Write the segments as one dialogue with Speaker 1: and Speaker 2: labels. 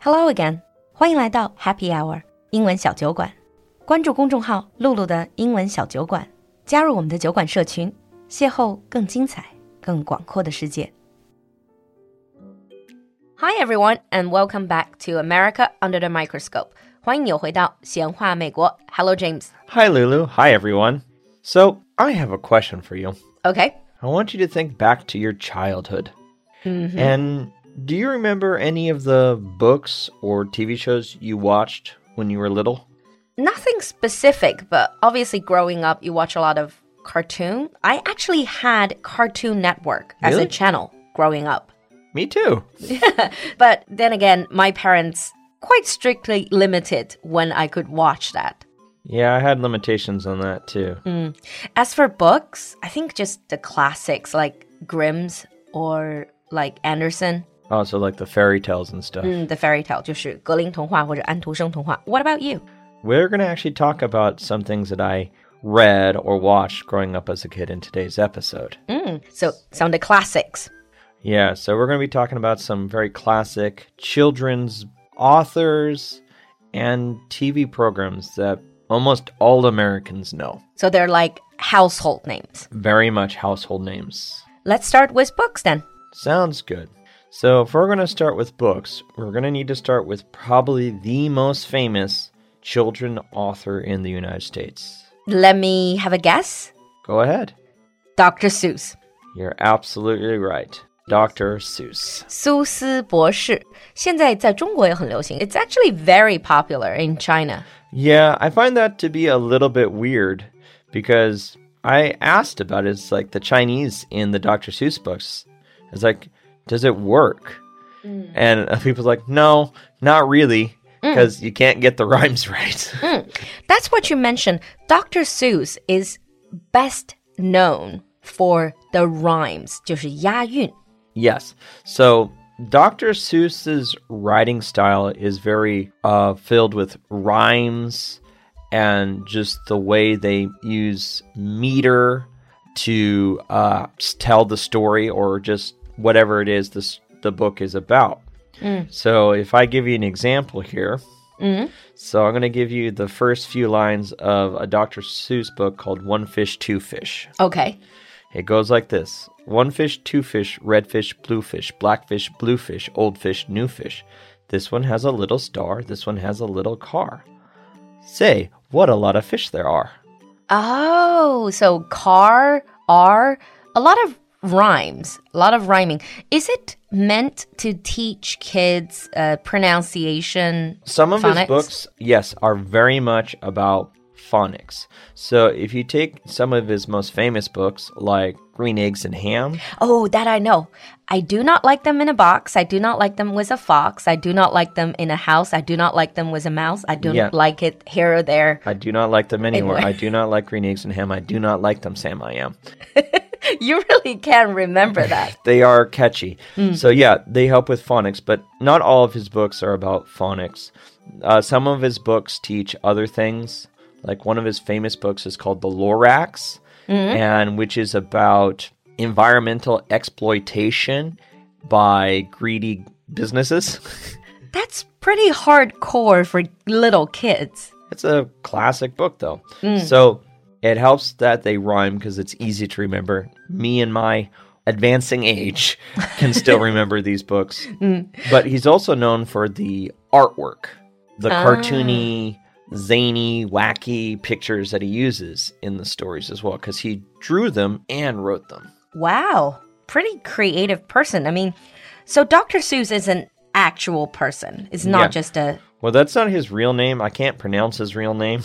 Speaker 1: Hello again，欢迎来到 Happy Hour 英文小酒馆。关注公众号“露露的英文小酒馆”，加入我们的酒馆社群，邂逅更精彩、更广阔的世界。Hi everyone, and welcome back to America Under the Microscope。欢迎你又回到闲话美国。Hello James。
Speaker 2: Hi, Lulu. Hi, everyone. So, I have a question for you.
Speaker 1: Okay.
Speaker 2: I want you to think back to your childhood. And do you remember any of the books or TV shows you watched when you were little?
Speaker 1: nothing specific, but obviously growing up, you watch a lot of cartoon. I actually had Cartoon Network as a
Speaker 2: Really?
Speaker 1: channel growing up.
Speaker 2: Me too.
Speaker 1: But then again, my parents quite strictly limited when I could watch that.
Speaker 2: Yeah, I had limitations on that too.
Speaker 1: As for books, I think just the classics like Grimm's or like Anderson,
Speaker 2: Also, like the fairy tales and stuff.
Speaker 1: mm, the fairy tale, 就是格林童话或者安徒生童话. What about you?
Speaker 2: We're going to actually talk about some things that I read or watched growing up as a kid in today's episode.
Speaker 1: Mm, so some of the classics.
Speaker 2: Yeah, so we're going to be talking about some very classic children's authors and TV programs that almost all Americans know.
Speaker 1: So they're like household names.
Speaker 2: Very much household names.
Speaker 1: Let's start with books then.
Speaker 2: Sounds good. So, if we're going to start with books, we're going to need to start with probably the most famous children author in the United States.
Speaker 1: Let me have a guess.
Speaker 2: Go ahead.
Speaker 1: Dr. Seuss，
Speaker 2: You're absolutely right. Dr. Seuss.
Speaker 1: 苏斯博士，现在在中国也很流行。It's actually very popular in China.
Speaker 2: Yeah, I find that to be a little bit weird because I asked about it. It's like the Chinese in the Dr. Seuss books. It's like, does it work? And uh, people's like, no, not really, because you can't get the rhymes right.
Speaker 1: That's what you mentioned. Dr. Seuss is best known for the rhymes，就是押韵。
Speaker 2: yes. So Dr. Seuss's writing style is very uh, filled with rhymes and just the way they use meter to uh, s- tell the story or just whatever it is this, the book is about. So if I give you an example here, so I'm going to give you the first few lines of a Dr. Seuss book called One Fish, Two Fish.
Speaker 1: Okay.
Speaker 2: It goes like this one fish, two fish, red fish, blue fish, black fish, blue fish, old fish, new fish. This one has a little star, this one has a little car. Say, what a lot of fish there are.
Speaker 1: Oh, so car are a lot of rhymes, a lot of rhyming. Is it meant to teach kids uh, pronunciation?
Speaker 2: Some of
Speaker 1: Phonics?
Speaker 2: his books, yes, are very much about phonics. So if you take some of his most famous books, like Green Eggs and Ham,
Speaker 1: Oh, that I know. I do not like them in a box. I do not like them with a fox. I do not like them in a house. I do not like them with a mouse. I don't
Speaker 2: Yeah.
Speaker 1: like it here or there.
Speaker 2: I do not like them anywhere.
Speaker 1: Anywhere.
Speaker 2: I do not like Green Eggs and Ham. I do not like them, Sam. I am.
Speaker 1: You really can remember that.
Speaker 2: they are catchy. So yeah, they help with phonics, but not all of his books are about phonics. Uh, some of his books teach other things. Like one of his famous books is called The Lorax, and which is about environmental exploitation by greedy businesses.
Speaker 1: That's pretty hardcore for little kids.
Speaker 2: it's a classic book though. So it helps that they rhyme because it's easy to remember. Me and my advancing age can still remember these books. But he's also known for the artwork, the cartoony, zany, wacky pictures that he uses in the stories as well because he drew them and wrote them.
Speaker 1: Wow. Pretty creative person. I mean, so Dr. Seuss is an actual person. It's not
Speaker 2: Yeah.
Speaker 1: just a,
Speaker 2: Well, that's not his real name. I can't pronounce his real name.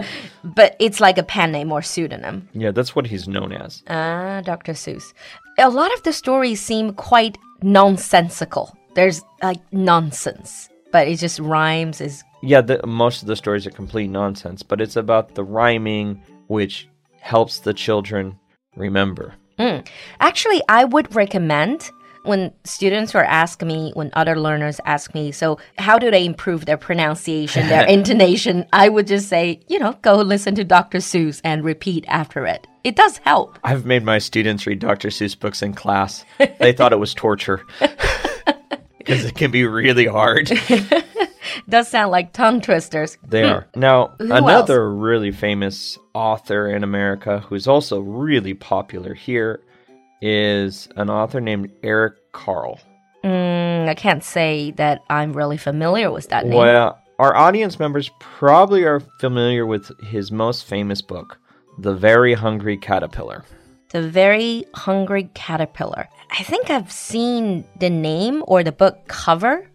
Speaker 1: but it's like a pen name or pseudonym.
Speaker 2: yeah, that's what he's known as.
Speaker 1: Ah, Dr. Seuss. A lot of the stories seem quite nonsensical. There's like nonsense, but it just rhymes. Is
Speaker 2: yeah the, most of the stories are complete nonsense but it's about the rhyming which helps the children remember
Speaker 1: actually I would recommend when students were ask me, when other learners ask me, so how do they improve their pronunciation, their intonation? I would just say, you know, go listen to Dr. Seuss and repeat after it. It does help.
Speaker 2: i've made my students read dr seuss books in class they thought it was torture because it can be really hard.
Speaker 1: Does sound like tongue twisters.
Speaker 2: They are. Now,
Speaker 1: Who
Speaker 2: another really famous author in America who's also really popular here is an author named Eric Carle.
Speaker 1: Mm, I can't say that I'm really familiar with that name.
Speaker 2: Well, our audience members probably are familiar with his most famous book, The Very Hungry Caterpillar.
Speaker 1: The Very Hungry Caterpillar. I think I've seen the name or the book cover.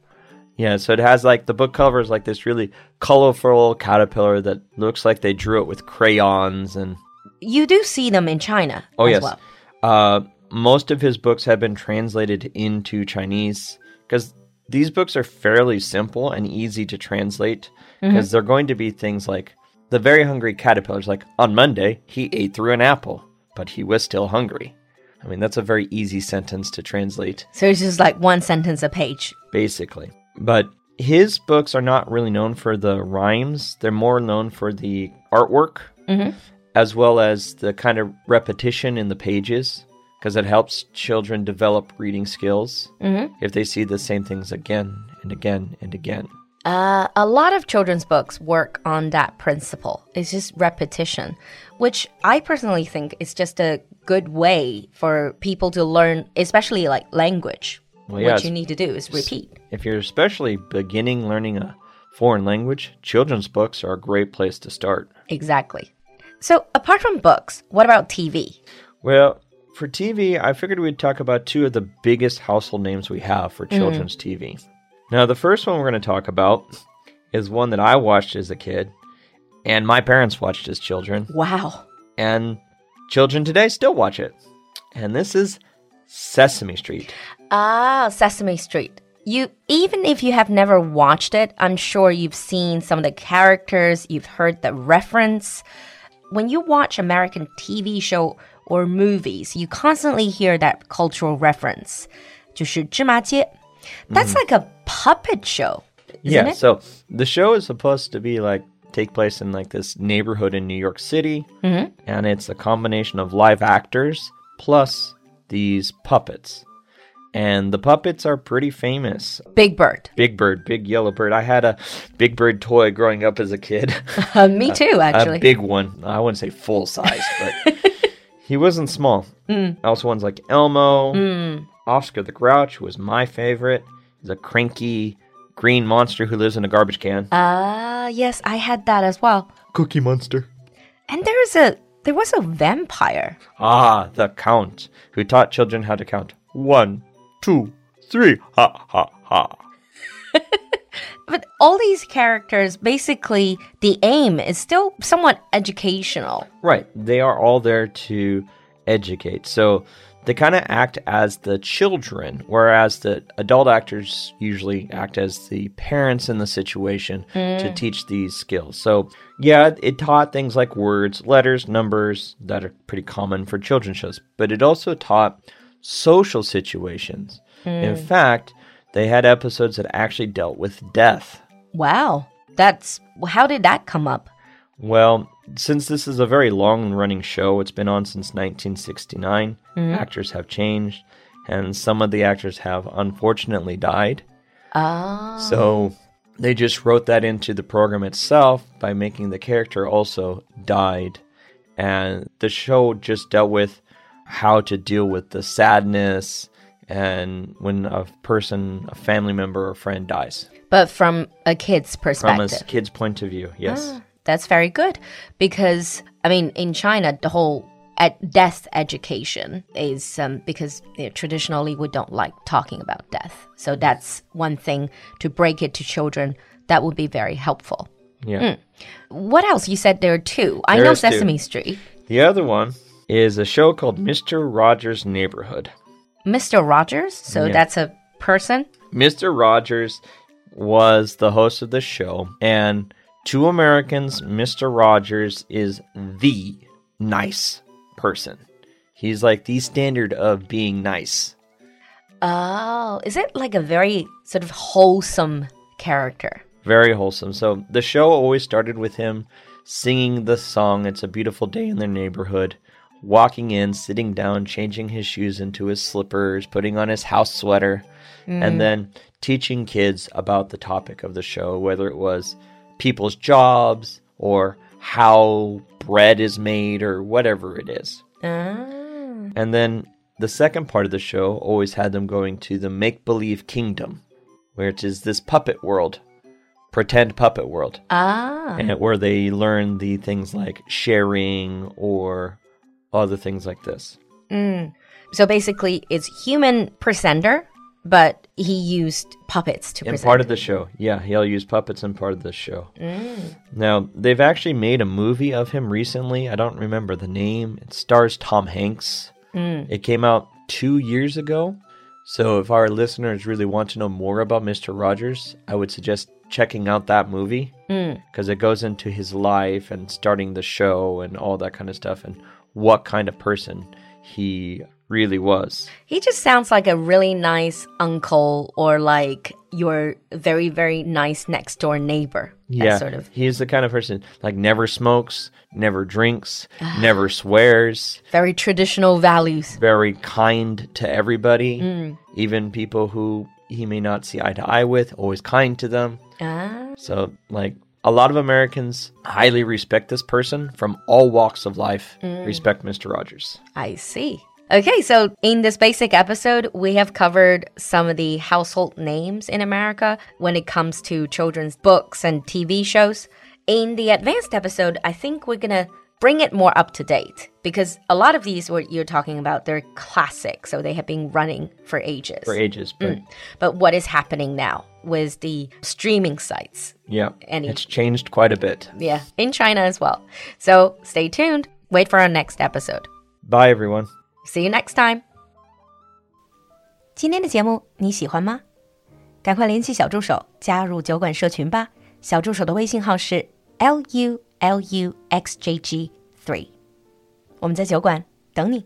Speaker 2: Yeah, so it has like the book cover is like this really colorful caterpillar that looks like they drew it with crayons and
Speaker 1: You do see them in China
Speaker 2: Oh
Speaker 1: as
Speaker 2: yes.
Speaker 1: well.
Speaker 2: Uh, most of his books have been translated into Chinese because these books are fairly simple and easy to translate
Speaker 1: Mm-hmm.
Speaker 2: because they're going to be things like the very hungry caterpillars. Like on Monday, he ate through an apple, but he was still hungry. I mean, that's a very easy sentence to translate,
Speaker 1: So it's just like one sentence a page.
Speaker 2: basically. But his books are not really known for the rhymes; they're more known for the artwork
Speaker 1: Mm-hmm.
Speaker 2: as well as the kind of repetition in the pages because it helps children develop reading skills
Speaker 1: Mhm.
Speaker 2: if they see the same things again and again and again.
Speaker 1: Uh, a lot of children's books work on that principle. It's just repetition, which I personally think is just a good way for people to learn, especially like language.
Speaker 2: Well, yeah,
Speaker 1: what
Speaker 2: it's-
Speaker 1: you need to do is repeat.
Speaker 2: If you're especially beginning learning a foreign language, children's books are a great place to start.
Speaker 1: Exactly. So, apart from books, what about TV?
Speaker 2: Well, for TV, I figured we'd talk about two of the biggest household names we have for children's TV. Now, the first one we're going to talk about is one that I watched as a kid and my parents watched as children.
Speaker 1: Wow.
Speaker 2: and children today still watch it. And this is Sesame Street.
Speaker 1: Ah, Sesame Street. You even if you have never watched it, I'm sure you've seen some of the characters, you've heard the reference. When you watch American TV show or movies, you constantly hear that cultural reference. 就是芝麻街. That's
Speaker 2: Mm.
Speaker 1: like a puppet show. Isn't
Speaker 2: yeah,
Speaker 1: it?
Speaker 2: so the show is supposed to be like take place in like this neighborhood in New York City,
Speaker 1: Mm-hmm.
Speaker 2: and it's a combination of live actors plus these puppets. And the puppets are pretty famous.
Speaker 1: Big Bird.
Speaker 2: Big Bird, Big Yellow Bird. I had a Big Bird toy growing up as a kid.
Speaker 1: me too, actually.
Speaker 2: Uh, a big one. I wouldn't say full size, but he wasn't small.
Speaker 1: Mm.
Speaker 2: Also, ones like Elmo, Oscar the Grouch, who was my favorite. He's a cranky green monster who lives in a garbage can.
Speaker 1: Ah, yes, I had that as well.
Speaker 2: Cookie Monster.
Speaker 1: And there's a there was a vampire.
Speaker 2: Ah, the Count, who taught children how to count one, two, three. Ha ha ha.
Speaker 1: But all these characters basically the aim is still somewhat educational.
Speaker 2: Right. They are all there to educate. So they kind of act as the children, whereas the adult actors usually act as the parents in the situation to teach these skills. So, yeah, it taught things like words, letters, numbers that are pretty common for children's shows, but it also taught social situations. In fact, they had episodes that actually dealt with death.
Speaker 1: Wow. That's how did that come up?
Speaker 2: Well, since this is a very long running show, it's been on since 1969. Actors have changed, and some of the actors have unfortunately died.
Speaker 1: Ah.
Speaker 2: So they just wrote that into the program itself by making the character also died. And the show just dealt with how to deal with the sadness and when a person, a family member, or friend dies
Speaker 1: But from a kid's
Speaker 2: from a
Speaker 1: perspective.
Speaker 2: kid's point of view. Yes.
Speaker 1: Ah. That's very good because I mean in China the whole at death education is um, because you know, traditionally we don't like talking about death. So that's one thing to break it to children that would be very helpful.
Speaker 2: Yeah.
Speaker 1: What else? You said there are two. I
Speaker 2: There
Speaker 1: know
Speaker 2: is two.
Speaker 1: Sesame Street.
Speaker 2: The other one is a show called Mr. Rogers' Neighborhood.
Speaker 1: Mr. Rogers, so
Speaker 2: Yeah.
Speaker 1: that's a person.
Speaker 2: Mr. Rogers was the host of the show, and to Americans, Mr. Rogers is the nice person. He's like the standard of being nice.
Speaker 1: Oh, is it like a very sort of wholesome character?
Speaker 2: Very wholesome. So the show always started with him singing the song It's a Beautiful Day in Their Neighborhood, walking in, sitting down, changing his shoes into his slippers, putting on his house sweater, and then teaching kids about the topic of the show, whether it was people's jobs or how bread is made or whatever it is.
Speaker 1: Ah.
Speaker 2: And then the second part of the show always had them going to the make believe kingdom, which is this puppet world, pretend puppet world,
Speaker 1: Ah.
Speaker 2: and where they learn the things like sharing or other things like this.
Speaker 1: Mm. So basically, it's human presenter, but he used puppets to
Speaker 2: In
Speaker 1: present.
Speaker 2: part of the show. Yeah, he'll use puppets in part of the show.
Speaker 1: Mm.
Speaker 2: Now, they've actually made a movie of him recently. I don't remember the name. It stars Tom Hanks.
Speaker 1: Mm.
Speaker 2: It came out two years ago. So, if our listeners really want to know more about Mr. Rogers, I would suggest checking out that movie
Speaker 1: Mm.
Speaker 2: because it goes into his life and starting the show and all that kind of stuff and what kind of person he really was.
Speaker 1: He just sounds like a really nice uncle or like your very, very nice next door neighbor. That
Speaker 2: Yeah,
Speaker 1: Sort of
Speaker 2: He's the kind of person like never smokes, never drinks, never swears.
Speaker 1: very traditional values.
Speaker 2: Very kind to everybody,
Speaker 1: Mm.
Speaker 2: even people who he may not see eye to eye with. Always kind to them.
Speaker 1: Ah.
Speaker 2: So, like a lot of Americans highly respect this person from all walks of life.
Speaker 1: Mm.
Speaker 2: Respect Mr. Rogers.
Speaker 1: I see. Okay, so in this basic episode, we have covered some of the household names in America when it comes to children's books and TV shows. In the advanced episode, I think we're gonna bring it more up to date because a lot of these what you're talking about they're classic, so they have been running for ages.
Speaker 2: For ages,
Speaker 1: Mm.
Speaker 2: but
Speaker 1: But what is happening now with the streaming sites?
Speaker 2: yeah,
Speaker 1: Any-
Speaker 2: it's changed quite a bit.
Speaker 1: Yeah, in China as well. So stay tuned. Wait for our next episode.
Speaker 2: Bye, everyone.
Speaker 1: See you next time. 今天的节目你喜欢吗？赶快联系小助手加入酒馆社群吧。小助手的微信号是 l u l u x j g three，我们在酒馆等你。